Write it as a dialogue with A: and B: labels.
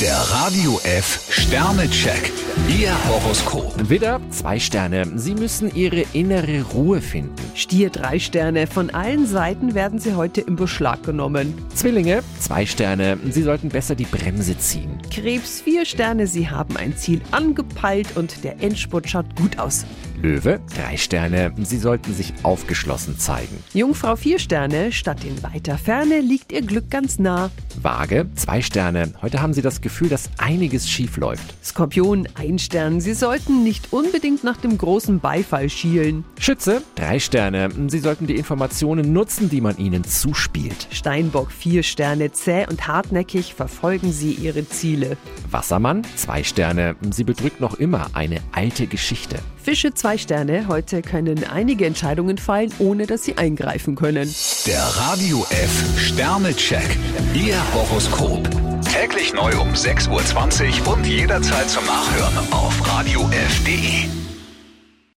A: Der Radio F Sternecheck. Ihr Horoskop.
B: Widder, zwei Sterne. Sie müssen Ihre innere Ruhe finden.
C: Stier drei Sterne. Von allen Seiten werden sie heute in Beschlag genommen.
B: Zwillinge, zwei Sterne. Sie sollten besser die Bremse ziehen.
C: Krebs vier Sterne. Sie haben ein Ziel angepeilt und der Endspurt schaut gut aus.
B: Löwe, drei Sterne. Sie sollten sich aufgeschlossen zeigen.
C: Jungfrau vier Sterne. Statt in weiter Ferne liegt ihr Glück ganz nah.
B: Waage, zwei Sterne. Heute haben Sie das Gefühl, dass einiges schief läuft.
C: Skorpion ein Stern. Sie sollten nicht unbedingt nach dem großen Beifall schielen.
B: Schütze, drei Sterne. Sie sollten die Informationen nutzen, die man Ihnen zuspielt.
C: Steinbock vier Sterne. Zäh und hartnäckig verfolgen sie ihre Ziele.
B: Wassermann, zwei Sterne. Sie bedrückt noch immer eine alte Geschichte.
C: Fische zwei Sterne. Heute können einige Entscheidungen fallen, ohne dass sie eingreifen können.
A: Der Radio F Sternecheck. Ihr Horoskop. Täglich neu um 6.20 Uhr und jederzeit zum Nachhören auf Radio radiof.de.